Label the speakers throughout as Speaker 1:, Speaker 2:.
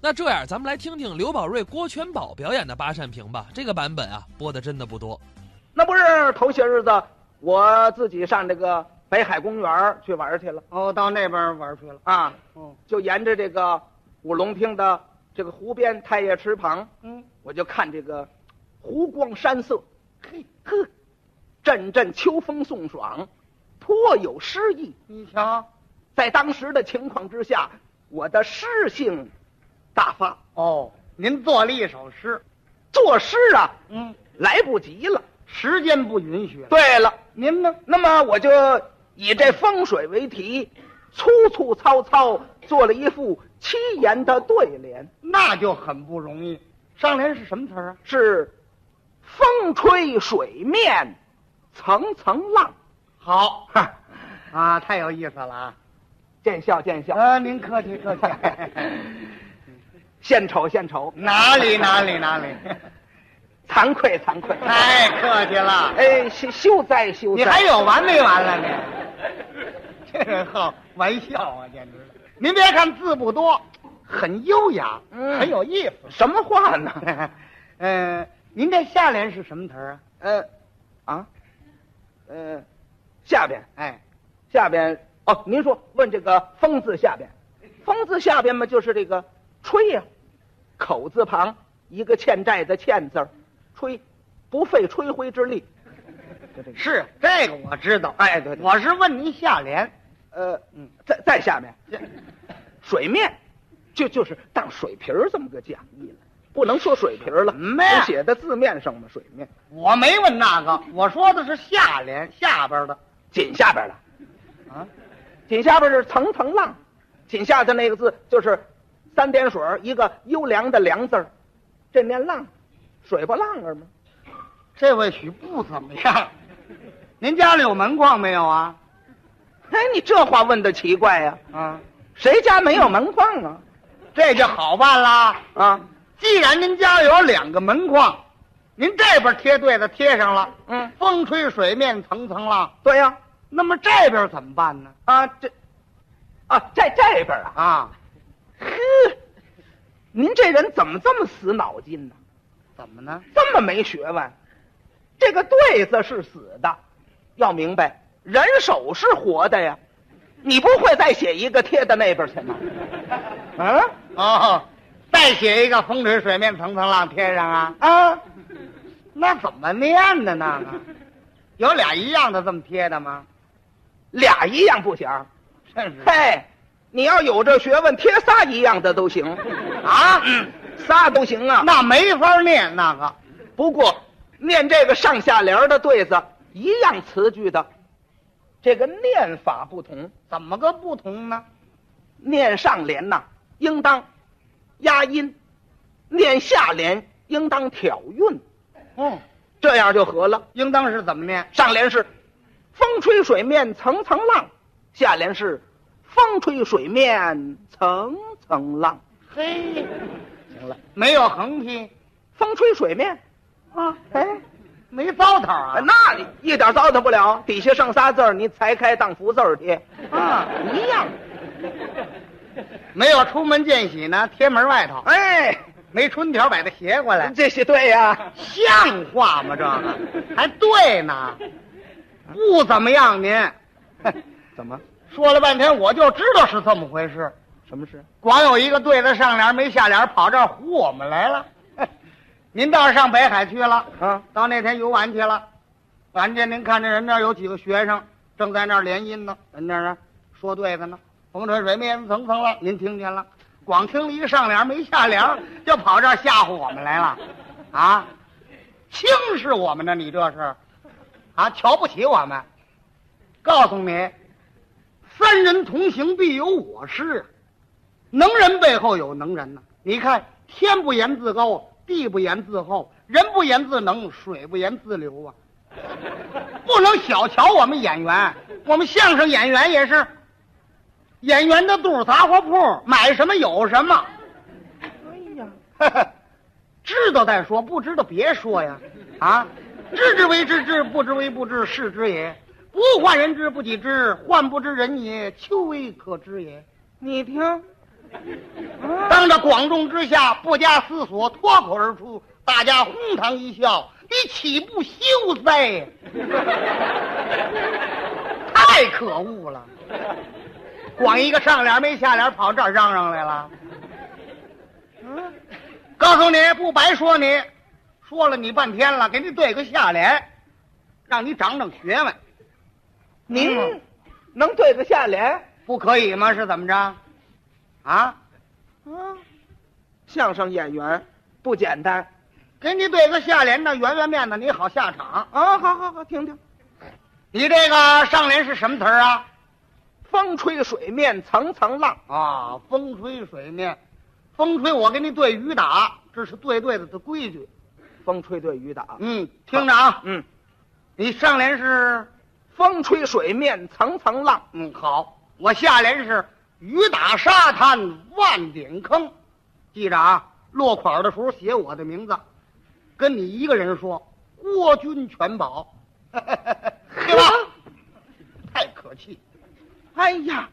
Speaker 1: 那这样，咱们来听听刘宝瑞、郭全宝表演的《八扇屏》吧。这个版本啊，播的真的不多。
Speaker 2: 那不是头些日子我自己上这个北海公园去玩去了
Speaker 3: 哦，到那边玩去了。
Speaker 2: 啊，
Speaker 3: 哦，
Speaker 2: 就沿着这个五龙厅的这个湖边太液池旁，
Speaker 3: 嗯，
Speaker 2: 我就看这个湖光山色，嘿呵，阵阵秋风送爽，颇有诗意。
Speaker 3: 你瞧，
Speaker 2: 在当时的情况之下，我的诗性大发，
Speaker 3: 哦，您做了一首诗，
Speaker 2: 作诗啊
Speaker 3: 嗯，
Speaker 2: 来不及了。
Speaker 3: 时间不允许了。
Speaker 2: 对了，
Speaker 3: 您呢？
Speaker 2: 那么我就以这风水为题，粗粗糙糙做了一副七言的对联，
Speaker 3: 那就很不容易。上联是什么词儿啊？
Speaker 2: 是风吹水面层层浪，
Speaker 3: 好，哈啊，太有意思了啊！
Speaker 2: 见笑见笑，
Speaker 3: 啊，您客气 客气。
Speaker 2: 献丑献丑，
Speaker 3: 哪里哪里哪 里，
Speaker 2: 惭愧惭愧，
Speaker 3: 太客气了。
Speaker 2: 哎，羞羞哉羞哉，
Speaker 3: 嗯你还有完没完了 你？这人好玩笑啊，简直了！您别看字不多，很优雅，
Speaker 2: 嗯
Speaker 3: 很有意思。
Speaker 2: 什么话呢？
Speaker 3: 嗯、 呃，您这下联是什么词儿啊？
Speaker 2: 呃，啊，呃，下边
Speaker 3: 哎，
Speaker 2: 下边哦，您说问这个“风”字下边，“风”字下边嘛，就是这个“吹”呀，口字旁一个欠债的“欠”字儿，吹，不费吹灰之力。就这个，
Speaker 3: 是啊这个我知道。
Speaker 2: 哎对对
Speaker 3: 我是问您下联。
Speaker 2: 呃，
Speaker 3: 嗯，
Speaker 2: 再再下面，
Speaker 3: 这
Speaker 2: 水面，就就是当水瓶儿这么个讲义了，不能说水瓶儿了，
Speaker 3: 什么呀
Speaker 2: 我写的字面上嘛，水面
Speaker 3: 我没问那个，我说的是下联下边的
Speaker 2: 紧下边了，
Speaker 3: 啊。
Speaker 2: 紧下边是层层浪，紧下的那个字就是三点水儿一个优良的良字儿，这念浪，水不浪儿吗？
Speaker 3: 这位许不怎么样， 您家里有门框没有啊？
Speaker 2: 哎，你这话问的奇怪呀、
Speaker 3: 啊，
Speaker 2: 谁家没有门框啊？
Speaker 3: 这就好办啦。
Speaker 2: 啊，
Speaker 3: 既然您家有两个门框，您这边贴对子贴上了，
Speaker 2: 嗯
Speaker 3: 风吹水面层层浪，
Speaker 2: 对呀、
Speaker 3: 那么这边怎么办呢？
Speaker 2: 啊，这，啊，在这边啊，
Speaker 3: 啊，
Speaker 2: 呵，您这人怎么这么死脑筋呢？
Speaker 3: 怎么呢？
Speaker 2: 这么没学问，这个对子是死的，要明白，人手是活的呀，你不会再写一个贴到那边去吗？嗯
Speaker 3: 哦，再写一个风吹水面层层浪贴上啊，
Speaker 2: 啊，
Speaker 3: 那怎么念的那个？有俩一样的这么贴的吗？
Speaker 2: 俩一样不行，
Speaker 3: 真是
Speaker 2: 嘿，你要有这学问，贴仨一样的都行，
Speaker 3: 啊，
Speaker 2: 仨都行啊。
Speaker 3: 那没法念那个。
Speaker 2: 不过念这个上下联儿的对子一样词句的，这个念法不同。
Speaker 3: 怎么个不同呢？
Speaker 2: 念上联呐、应当押音；念下联应当挑韵，
Speaker 3: 哦，
Speaker 2: 这样就合了。
Speaker 3: 应当是怎么念？
Speaker 2: 上联是“风吹水面层层浪”，下联是“风吹水面层层浪
Speaker 3: 嘿，行了，没有横批，”。
Speaker 2: 风吹水面啊，哎，
Speaker 3: 没糟蹋啊。
Speaker 2: 那你一点糟蹋不了。底下剩仨字儿，你裁开当福字儿贴，
Speaker 3: 啊，
Speaker 2: 一样。
Speaker 3: 没有出门见喜呢，贴门外头；
Speaker 2: 哎，
Speaker 3: 没春条把它斜过来，
Speaker 2: 这些对呀、
Speaker 3: 像话吗？这个还对呢，不怎么样您。 哼
Speaker 2: 怎么？
Speaker 3: 说了半天，我就知道是这么回事。
Speaker 2: 什么事？
Speaker 3: 光有一个对子上联没下联，跑这儿唬我们来了。哼您倒是上北海去了
Speaker 2: 啊？
Speaker 3: 到那天游玩去了，晚间您看这人那儿有几个学生正在那儿联姻呢，人那儿啊说对子呢，风吹水面层层浪，您听见了？光听了一个上联没下联，就跑这儿吓唬我们来了，啊，轻视我们呢？你这是，啊，瞧不起我们？告诉你，三人同行必有我师，啊能人背后有能人呐、你看，天不言自高，地不言自厚，人不言自能，水不言自流啊！不能小瞧我们演员，我们相声演员也是，演员的肚儿杂货铺，买什么有什么。
Speaker 2: 哎呀，
Speaker 3: 知道再说，不知道别说呀。啊，知之为知之，不知为不知，是知也。不患人之不己知，患不知人也，求为可知也。
Speaker 2: 你听，
Speaker 3: 当着广众之下，不加思索，脱口而出，大家哄堂一笑。你岂不羞哉？ 太可恶了！光一个上联没下联，跑这儿嚷嚷来了。嗯，告诉你不白说你，说了你半天了，给你对个下联，让你长长学问，
Speaker 2: 您能对个下联？
Speaker 3: 不可以吗？是怎么着？啊？
Speaker 2: 啊，相声演员不简单
Speaker 3: 给你对个下联呢，圆圆面子，你好下场。
Speaker 2: 啊！好好好，听听，
Speaker 3: 你这个上联是什么词儿啊？
Speaker 2: 风吹水面层层浪，
Speaker 3: 啊，风吹水面，风吹我给你对雨打，这是对对子的规矩。
Speaker 2: 风吹对雨打。
Speaker 3: 嗯，听着啊，
Speaker 2: 嗯，
Speaker 3: 你上联是
Speaker 2: 风吹水面层层浪，
Speaker 3: 嗯好，我下联是雨打沙滩万点坑，记着啊，落款的时候写我的名字，跟你一个人说，郭军全保，对吧？太可气。
Speaker 2: 哎呀，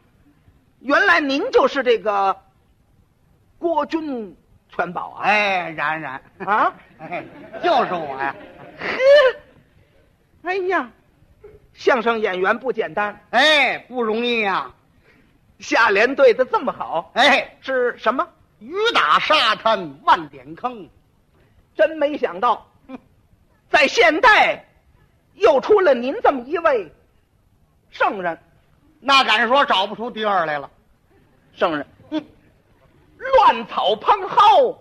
Speaker 2: 原来您就是这个郭军全保啊！
Speaker 3: 哎，冉冉
Speaker 2: 啊，
Speaker 3: 哎，就是我呀！
Speaker 2: 呵，哎呀，相声演员不简单，
Speaker 3: 哎，不容易呀、
Speaker 2: 下联对的这么好，
Speaker 3: 哎，
Speaker 2: 是什么？
Speaker 3: 雨打沙滩万点坑，
Speaker 2: 真没想到，在现代又出了您这么一位圣人，
Speaker 3: 那敢说找不出第二来了。
Speaker 2: 圣人，嗯，乱草蓬蒿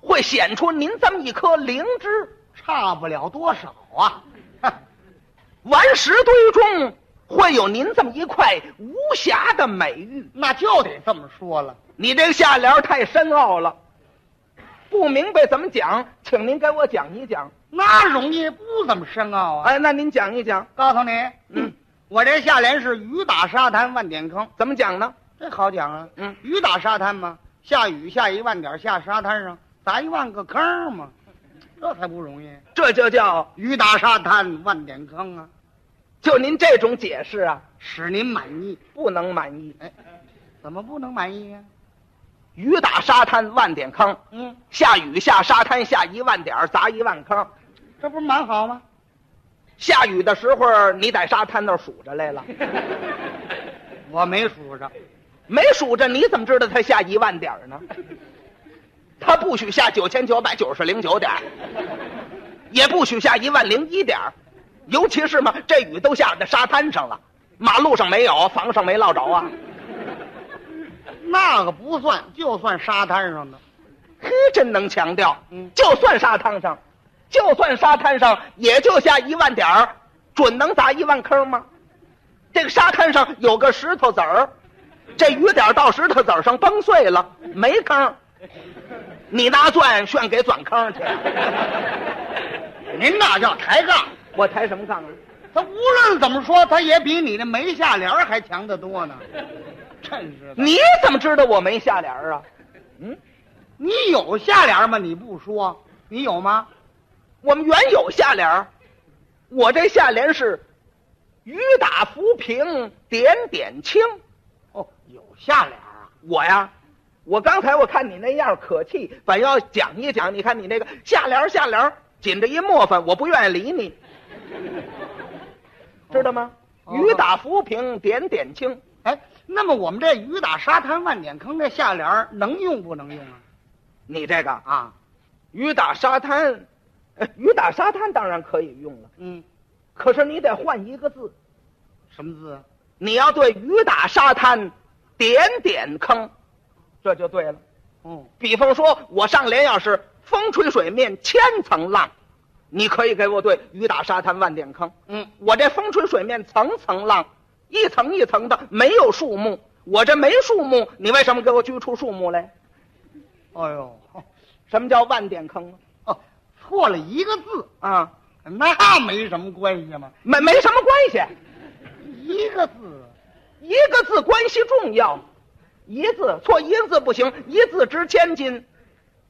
Speaker 2: 会显出您这么一颗灵芝，
Speaker 3: 差不了多少啊！
Speaker 2: 顽石堆中会有您这么一块无瑕的美玉。
Speaker 3: 那就得这么说了。
Speaker 2: 你这个下联太深奥了，不明白怎么讲，请您给我讲一讲。
Speaker 3: 那容易不怎么深奥啊！
Speaker 2: 哎，那您讲一讲，
Speaker 3: 告诉你，嗯，我这下联是雨打沙滩万点坑，
Speaker 2: 怎么讲呢？
Speaker 3: 这好讲啊。
Speaker 2: 嗯
Speaker 3: 雨打沙滩嘛，下雨下一万点，下沙滩上砸一万个坑嘛，这才不容易。
Speaker 2: 这就叫
Speaker 3: 雨打沙滩万点坑啊，
Speaker 2: 就您这种解释啊，
Speaker 3: 使您满意。
Speaker 2: 不能满意。
Speaker 3: 哎，怎么不能满意啊呀、
Speaker 2: 雨打沙滩万点坑，
Speaker 3: 嗯，
Speaker 2: 下雨下沙滩下一万点儿砸一万坑。
Speaker 3: 这不是蛮好吗？
Speaker 2: 下雨的时候，你在沙滩那儿数着来了，
Speaker 3: 我没数着，
Speaker 2: 没数着，你怎么知道他下一万点儿呢？他不许下九千九百九十零九点儿，也不许下一万零一点儿，尤其是嘛，这雨都下在沙滩上了，马路上没有，房上没落着啊。
Speaker 3: 那个不算，就算沙滩上的。
Speaker 2: 呵，真能强调。
Speaker 3: 嗯
Speaker 2: 就算沙滩上，就算沙滩上，也就下一万点儿，准能砸一万坑吗？这个沙滩上有个石头子儿，这雨点儿到石头子儿上崩碎了，没坑。你拿钻炫给钻坑去，
Speaker 3: 您那叫抬杠。
Speaker 2: 我抬什么杠啊？
Speaker 3: 他无论怎么说，他也比你那没下联儿还强得多呢。真是的，
Speaker 2: 你怎么知道我没下联儿啊？嗯，
Speaker 3: 你有下联吗？你不说，你有吗？
Speaker 2: 我们原有下联儿，我这下联是“雨打浮萍点点青”。
Speaker 3: 哦，有下联儿啊。
Speaker 2: 我呀，我刚才我看你那样可气，反要讲一讲。你看你那个下联儿下联儿紧着一磨翻，我不愿意理你，知道吗？
Speaker 3: 哦
Speaker 2: 雨打浮萍点点青，
Speaker 3: 哎，那么我们这雨打沙滩万点坑这下联儿能用不能用啊？
Speaker 2: 你这个
Speaker 3: 啊，
Speaker 2: 雨打沙滩，呃雨打沙滩当然可以用了，
Speaker 3: 嗯，
Speaker 2: 可是你得换一个字，
Speaker 3: 什么字啊？
Speaker 2: 你要对雨打沙滩点点坑，这就对了。
Speaker 3: 哦，
Speaker 2: 比方说，我上联要是风吹水面千层浪，你可以给我对雨打沙滩万点坑。
Speaker 3: 嗯，
Speaker 2: 我这风吹水面层层浪，一层一层的，没有树木。我这没树木，你为什么给我锯出树木来？
Speaker 3: 哎呦，哦
Speaker 2: 什么叫万点坑啊
Speaker 3: 哦，错了一个字，
Speaker 2: 啊？
Speaker 3: 那没什么关系嘛，
Speaker 2: 没没什么关系，
Speaker 3: 一个字。
Speaker 2: 一个字关系重要，一字错一个字不行，一字值千金。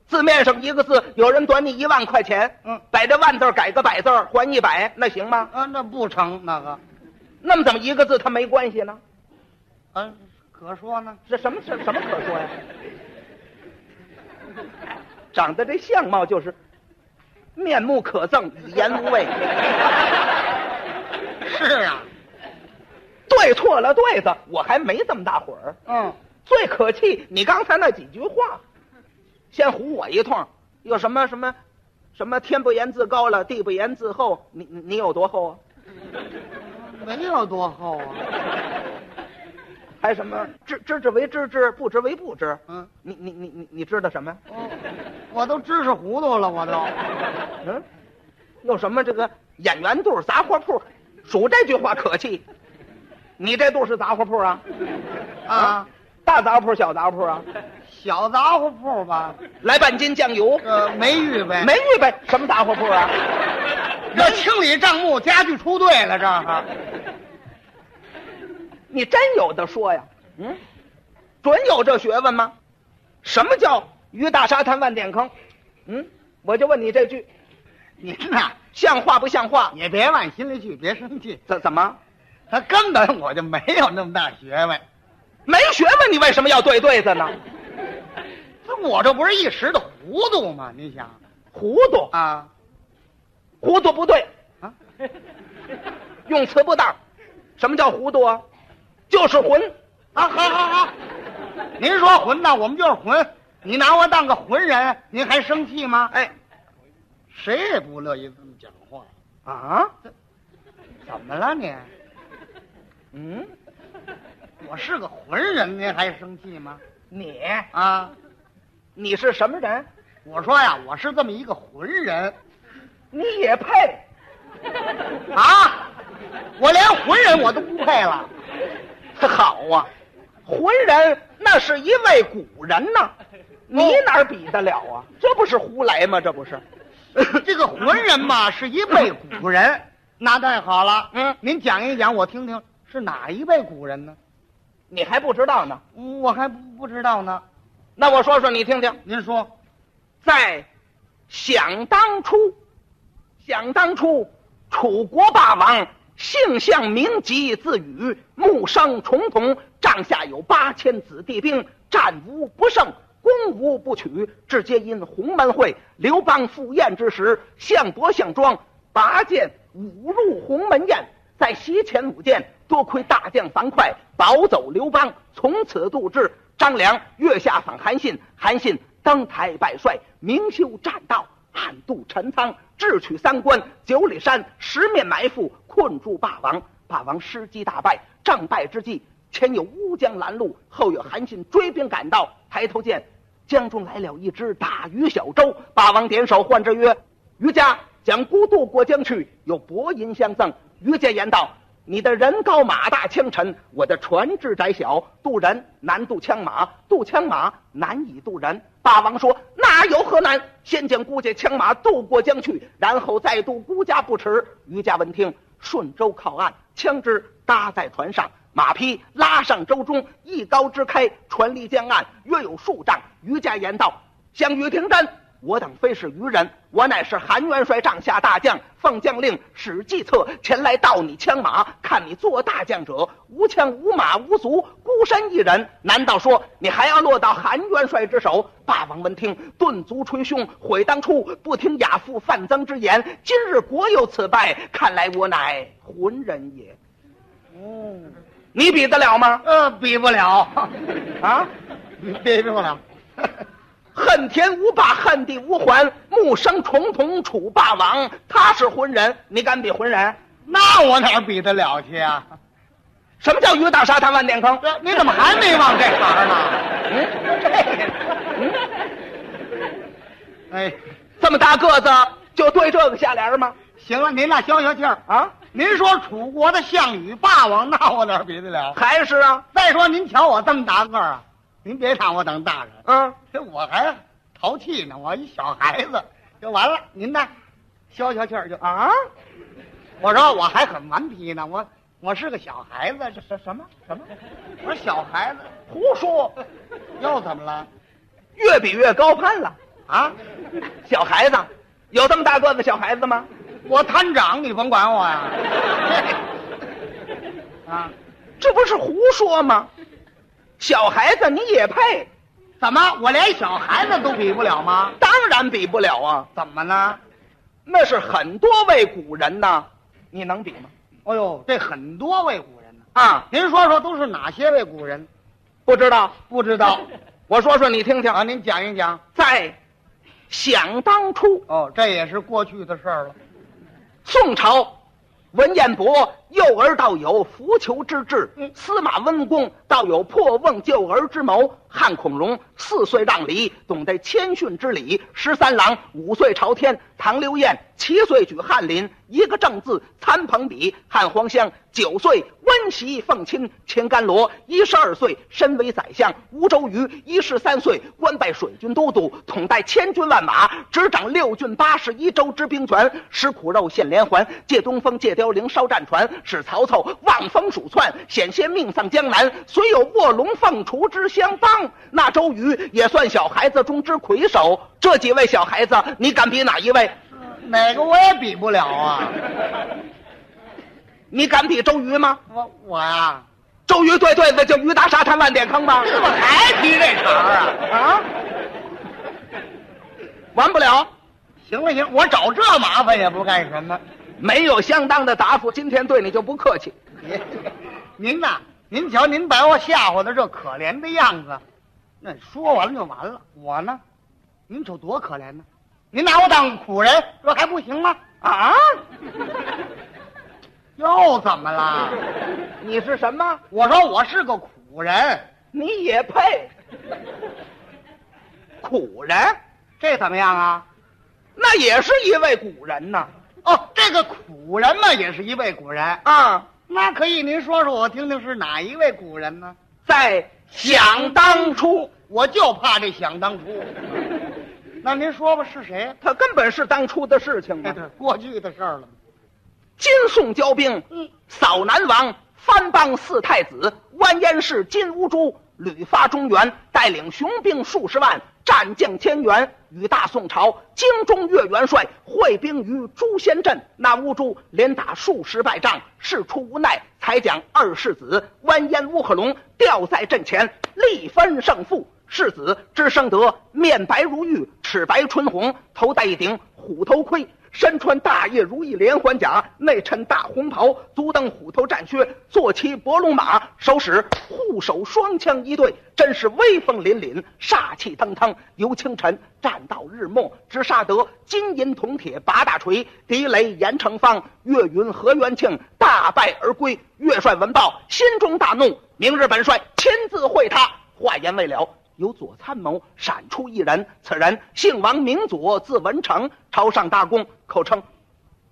Speaker 2: 字面上一个字，有人短你一万块钱，
Speaker 3: 嗯
Speaker 2: 把这万字改个百字儿还一百，那行吗？
Speaker 3: 啊，那不成那个，
Speaker 2: 那么怎么一个字它没关系呢？
Speaker 3: 啊，可可说呢？
Speaker 2: 这什么什什么可说呀？长得这相貌就是面目可憎，语言无味。
Speaker 3: 是啊，
Speaker 2: 对错了对子，我还没这么大火儿。
Speaker 3: 嗯，
Speaker 2: 最可气你刚才那几句话，先唬我一通，有什么什么什么天不言自高了，地不言自厚，你你你有多厚啊？
Speaker 3: 没有多厚啊。
Speaker 2: 还什么知知之为知之，不知为不知？
Speaker 3: 嗯，
Speaker 2: 你你你你你知道什么呀？
Speaker 3: 哦，我都知识糊涂了，我都。
Speaker 2: 嗯，有什么这个演员肚、杂货铺，数这句话可气。你这肚是杂货铺啊？
Speaker 3: 啊，
Speaker 2: 大杂货铺、小杂货铺啊？
Speaker 3: 小杂货铺吧，
Speaker 2: 来半斤酱油，
Speaker 3: 呃，没预备，
Speaker 2: 没预备什么杂货铺啊？
Speaker 3: 这清理账目，家具出队了，这哈。
Speaker 2: 你真有的说呀？嗯，准有这学问吗？什么叫鱼大沙滩万点坑？嗯，我就问你这句，
Speaker 3: 您呐，
Speaker 2: 像话不像话？
Speaker 3: 也别往心里去，别生气。
Speaker 2: 怎怎么
Speaker 3: 他根本我就没有那么大学问，
Speaker 2: 没学问？你为什么要对对子呢？
Speaker 3: 这我这不是一时的糊涂吗？你想
Speaker 2: 糊涂，
Speaker 3: 啊
Speaker 2: 糊涂不对，
Speaker 3: 啊，
Speaker 2: 用词不当。什么叫糊涂啊？就是混。
Speaker 3: 啊，好好好，您说混呐，我们就是混。你拿我当个混人，您还生气吗？
Speaker 2: 哎，
Speaker 3: 谁也不乐意这么讲话。
Speaker 2: 啊，
Speaker 3: 怎么了你？
Speaker 2: 嗯，
Speaker 3: 我是个混人，您还生气吗？
Speaker 2: 你
Speaker 3: 啊，
Speaker 2: 你是什么人？
Speaker 3: 我说呀，我是这么一个混人
Speaker 2: 你也配？
Speaker 3: 啊，我连混人我都不配了。
Speaker 2: 好啊，浑人那是一位古人呐，你哪儿比得了啊？这不是胡来吗？这不是？
Speaker 3: 这个浑人嘛，是一辈古 人，那太好了。
Speaker 2: 嗯
Speaker 3: 您讲一讲，我听听是哪一辈古人呢？
Speaker 2: 你还不知道呢？
Speaker 3: 我还不不知道呢。
Speaker 2: 那我说说你听听，
Speaker 3: 您说，
Speaker 2: 在想当初，想当初，楚国霸王姓项名籍，字羽，目生重瞳，帐下有八千子弟兵，战无不胜。攻无不取，至皆因鸿门会刘邦赴宴之时，项伯、项庄拔剑舞入鸿门宴，在席前舞剑，多亏大将樊哙保走刘邦，从此度制。张良月下访韩信，韩信登台拜帅，明修栈道，暗度陈仓，智取三关，九里山十面埋伏，困住霸王。霸王失机大败，战败之际，前有乌江拦路，后有韩信追兵赶到，抬头见江中来了一只大鱼小舟，霸王点首唤之曰：“渔家将孤渡过江去，有薄银相赠。”于家言道：“你的人高马大枪沉，我的船只窄小，渡人难渡枪马，渡枪马难以渡人。”霸王说：“那有何难？先将孤家枪马渡过江去，然后再渡孤家不迟。”于家闻听，顺舟靠岸，枪支搭在船上，马匹拉上舟中，一高支开，船离江岸约有数丈。于家言道：“项羽听真，我等非是愚人，我乃是韩元帅帐下大将，奉将令使计策前来盗你枪马，看你做大将者无枪无马无足，孤身一人，难道说你还要落到韩元帅之手？霸王闻听，顿足捶胸，悔当初不听亚父范增之言，今日果有此败，看来我乃浑人也。
Speaker 3: 哦，
Speaker 2: 你比得了吗？
Speaker 3: 呃，比不 了，
Speaker 2: 啊！
Speaker 3: 比不 了。
Speaker 2: 恨天无霸，恨地无还，木生重瞳楚霸王，他是浑人，你敢比浑人？
Speaker 3: 那我哪比得了去啊？
Speaker 2: 什么叫鱼大沙滩万点坑？
Speaker 3: 这你怎么还没往这行呢？
Speaker 2: 嗯，
Speaker 3: 哎，
Speaker 2: 这么大个子就对这个下联吗？
Speaker 3: 行了，您俩消消气儿啊。
Speaker 2: 啊，
Speaker 3: 您说楚国的项羽霸王，那我哪比得了？
Speaker 2: 还是啊，
Speaker 3: 再说您瞧我这么大个儿啊，您别看我当大人，
Speaker 2: 嗯，
Speaker 3: 这我还淘气呢，我一小孩子就完了。您呢，消消气儿就啊。我说我还很顽皮呢，我我是个小孩子，这什什么什么？我说小孩子
Speaker 2: 胡说，
Speaker 3: 又怎么了？
Speaker 2: 越比越高攀了。
Speaker 3: 啊，
Speaker 2: 小孩子，有这么大个子小孩子吗？
Speaker 3: 我摊长，你甭管我呀、 啊。
Speaker 2: 这不是胡说吗？小孩子你也配？
Speaker 3: 怎么我连小孩子都比不了吗？
Speaker 2: 当然比不了啊，
Speaker 3: 怎么呢？
Speaker 2: 那是很多位古人呐，你能比吗？
Speaker 3: 哎呦，这很多位古人呢、
Speaker 2: 啊，
Speaker 3: 您说说都是哪些位古人？
Speaker 2: 不知道，
Speaker 3: 不知道
Speaker 2: 我说说你听听
Speaker 3: 啊，
Speaker 2: 啊，
Speaker 3: 您讲一讲。
Speaker 2: 在想当初，
Speaker 3: 哦，这也是过去的事儿了。
Speaker 2: 宋朝。文彦博幼儿道有扶求之志，
Speaker 3: 嗯
Speaker 2: 司马温公道有破瓮救儿之谋，汉孔融四岁让梨，懂得谦逊之礼；十三郎五岁朝天，唐刘晏七岁举翰林，一个正字参朋比，汉黄香九岁温席奉亲，秦甘罗一十二岁身为宰相，吴周瑜一十三岁官拜水军都督，统带千军万马，执掌六郡八十一州之兵权，食苦肉，献连环，借东风，借凋零，烧战船，使曹操望风鼠窜，险些命丧江南。虽有卧龙凤雏之相帮，那周瑜也算小孩子中之魁首。这几位小孩子，你敢比哪一位？
Speaker 3: 哪个我也比不了啊！
Speaker 2: 你敢比周瑜吗？
Speaker 3: 我我呀、
Speaker 2: 周瑜对对子就鱼打沙滩万点坑吧？
Speaker 3: 怎么还提这茬儿
Speaker 2: 啊，
Speaker 3: 啊？
Speaker 2: 完不了，
Speaker 3: 行了行，我找这麻烦也不干什么。
Speaker 2: 没有相当的答复，今天对你就不客气。
Speaker 3: 您您呐，您瞧您把我吓唬的这可怜的样子，那说完了就完了。我呢，您瞅多可怜呢，您拿我当苦人，这还不行吗？
Speaker 2: 啊，
Speaker 3: 又怎么了？
Speaker 2: 你是什么？
Speaker 3: 我说我是个苦人，
Speaker 2: 你也配？古人，
Speaker 3: 这怎么样啊？
Speaker 2: 那也是一位古人呐。
Speaker 3: 哦，这个苦人嘛，也是一位古人。
Speaker 2: 啊，
Speaker 3: 那可以，您说说我听听是哪一位古人呢？
Speaker 2: 在想当初，
Speaker 3: 我就怕这想当初。那您说吧，是谁？
Speaker 2: 他根本是当初的事情
Speaker 3: 这
Speaker 2: 嘛。
Speaker 3: 是过去的事儿了。
Speaker 2: 金宋交兵，
Speaker 3: 嗯，
Speaker 2: 扫南王，藩邦四太子，完颜氏金乌珠，屡发中原，带领雄兵数十万，战将千员，与大宋朝京中岳元帅会兵于朱仙镇。那乌珠连打数十败仗，事出无奈，才将二世子完颜乌合龙吊在阵前，力分胜负。世子之生得面白如玉，齿白唇红，头戴一顶虎头盔，身穿大叶如意连环甲，内衬大红袍，足蹬虎头战靴，坐骑伯龙马，手使护手双枪一对，真是威风凛凛，煞气腾腾。由清晨战到日暮，直杀得金银铜铁八大锤，狄雷、严成方、岳云、何元庆大败而归。岳帅闻报，心中大怒，明日本帅亲自会他。话言未了，由左参谋闪出一人，此人姓王，名左，字文成，朝上大功，口称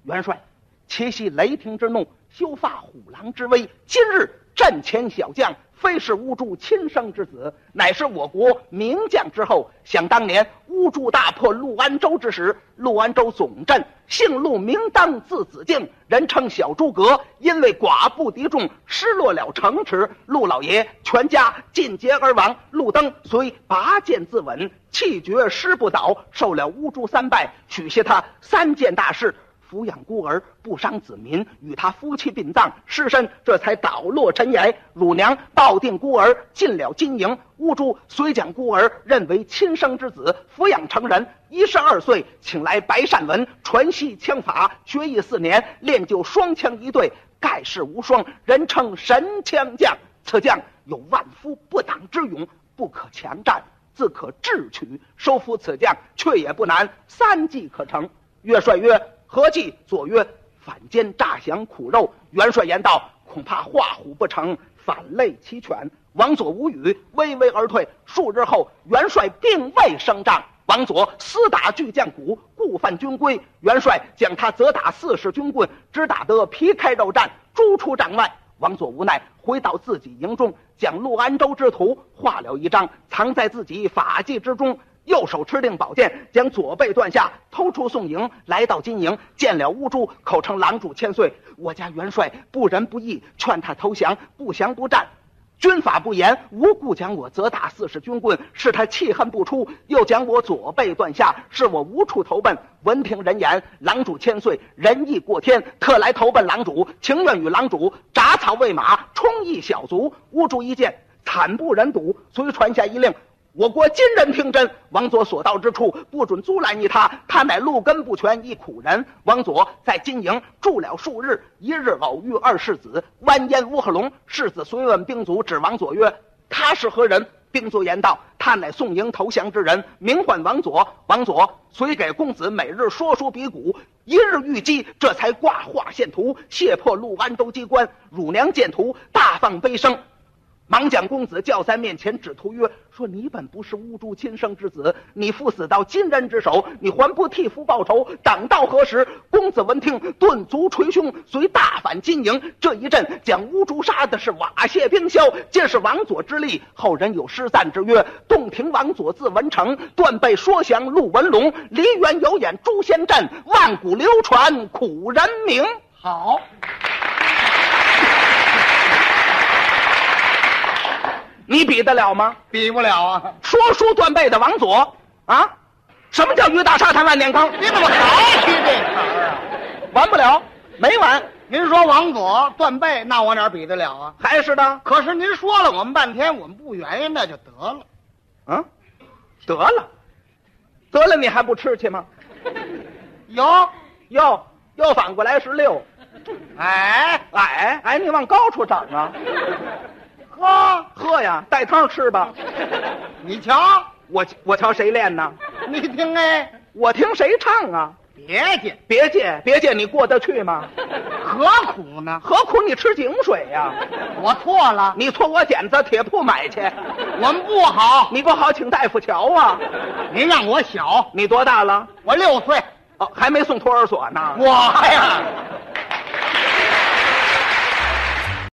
Speaker 2: 元帅。其系雷霆之怒，修发虎狼之威。今日阵前小将，非是乌珠亲生之子，乃是我国名将之后。想当年，乌珠大破陆安州之时，陆安州总镇姓陆，名当，字子敬，人称小诸葛。因为寡不敌众，失落了城池，陆老爷全家尽节而亡。陆登虽拔剑自刎，气绝师不倒，受了乌珠三拜，许下他三件大事。抚养孤儿，不伤子民，与他夫妻殡葬，尸身这才倒落尘埃。乳娘抱定孤儿，进了金营。乌珠虽将孤儿认为亲生之子，抚养成人。一十二岁，请来白善文传习枪法，学艺四年，练就双枪一对，盖世无双，人称神枪将。此将有万夫不挡之勇，不可强战，自可智取。收服此将却也不难，三计可成。岳帅曰：“何计？”左曰：“反间诈降苦肉。”元帅言道：“恐怕画虎不成，反类其犬。”王佐无语，微微而退。数日后，元帅并未升帐。王佐私打巨将鼓，故犯军规。元帅将他责打四十军棍，只打得皮开肉绽，逐出帐外。王佐无奈，回到自己营中，将陆安州之图画了一张，藏在自己法器之中。右手持定宝剑，将左背断下，偷出宋营，来到金营，见了乌珠，口称狼主千岁。我家元帅不仁不义，劝他投降，不降不战。军法不严，无故将我责打四十军棍，是他气恨不出；又将我左背断下，是我无处投奔。闻听人言，郎主千岁仁义过天，特来投奔郎主，情愿与郎主铡草喂马，充一小卒。乌珠一见，惨不忍睹，遂传下一令：我国今人听真，王佐所到之处，不准阻拦一他。他乃路根不全，一苦人。王佐在金营住了数日，一日偶遇二世子完颜乌合龙。世子随问兵卒，指王佐曰：“他是何人？”兵卒言道：“他乃宋营投降之人，名唤王佐。王佐遂给公子每日说书比鼓，一日遇击，这才挂画献图，卸破陆安州机关。汝娘见图，大放悲声。”忙将公子叫在面前，指图曰：“说你本不是乌珠亲生之子，你父死到金人之手，你还不替父报仇？等到何时？”公子闻听，顿足捶胸，遂大反金营。这一阵将乌珠杀的是瓦屑冰消，皆是王佐之力。后人有诗赞之曰：“洞庭王佐字文成，断背说降陆文龙，梨园有眼诛仙阵，万古流传苦人名。”
Speaker 3: 好，
Speaker 2: 你比得了吗？
Speaker 3: 比不了啊！
Speaker 2: 说书断背的王佐啊，什么叫鱼大沙滩万年坑？
Speaker 3: 你怎么还提这茬儿啊？
Speaker 2: 完不了，没完，
Speaker 3: 您说王佐断背，那我哪儿比得了啊？
Speaker 2: 还是的，
Speaker 3: 可是您说了我们半天，我们不原因，那就得了。
Speaker 2: 嗯，得了，得了，你还不吃去吗？
Speaker 3: 有，
Speaker 2: 哟，又反过来是六，
Speaker 3: 哎
Speaker 2: 哎哎，你往高处长啊！
Speaker 3: 呵，
Speaker 2: 喝呀，带汤吃吧。
Speaker 3: 你瞧，
Speaker 2: 我我瞧谁练呢？
Speaker 3: 你听哎，
Speaker 2: 我听谁唱啊？
Speaker 3: 别介，
Speaker 2: 别介，别介，你过得去吗？
Speaker 3: 何苦呢？
Speaker 2: 何苦你吃井水呀、
Speaker 3: 我错了，
Speaker 2: 你搓我剪子，铁铺买去。
Speaker 3: 我们不好。
Speaker 2: 你不好，请大夫瞧啊。
Speaker 3: 您让我小，
Speaker 2: 你多大了？
Speaker 3: 我六岁，
Speaker 2: 哦，还没送托儿所呢。
Speaker 3: 我呀，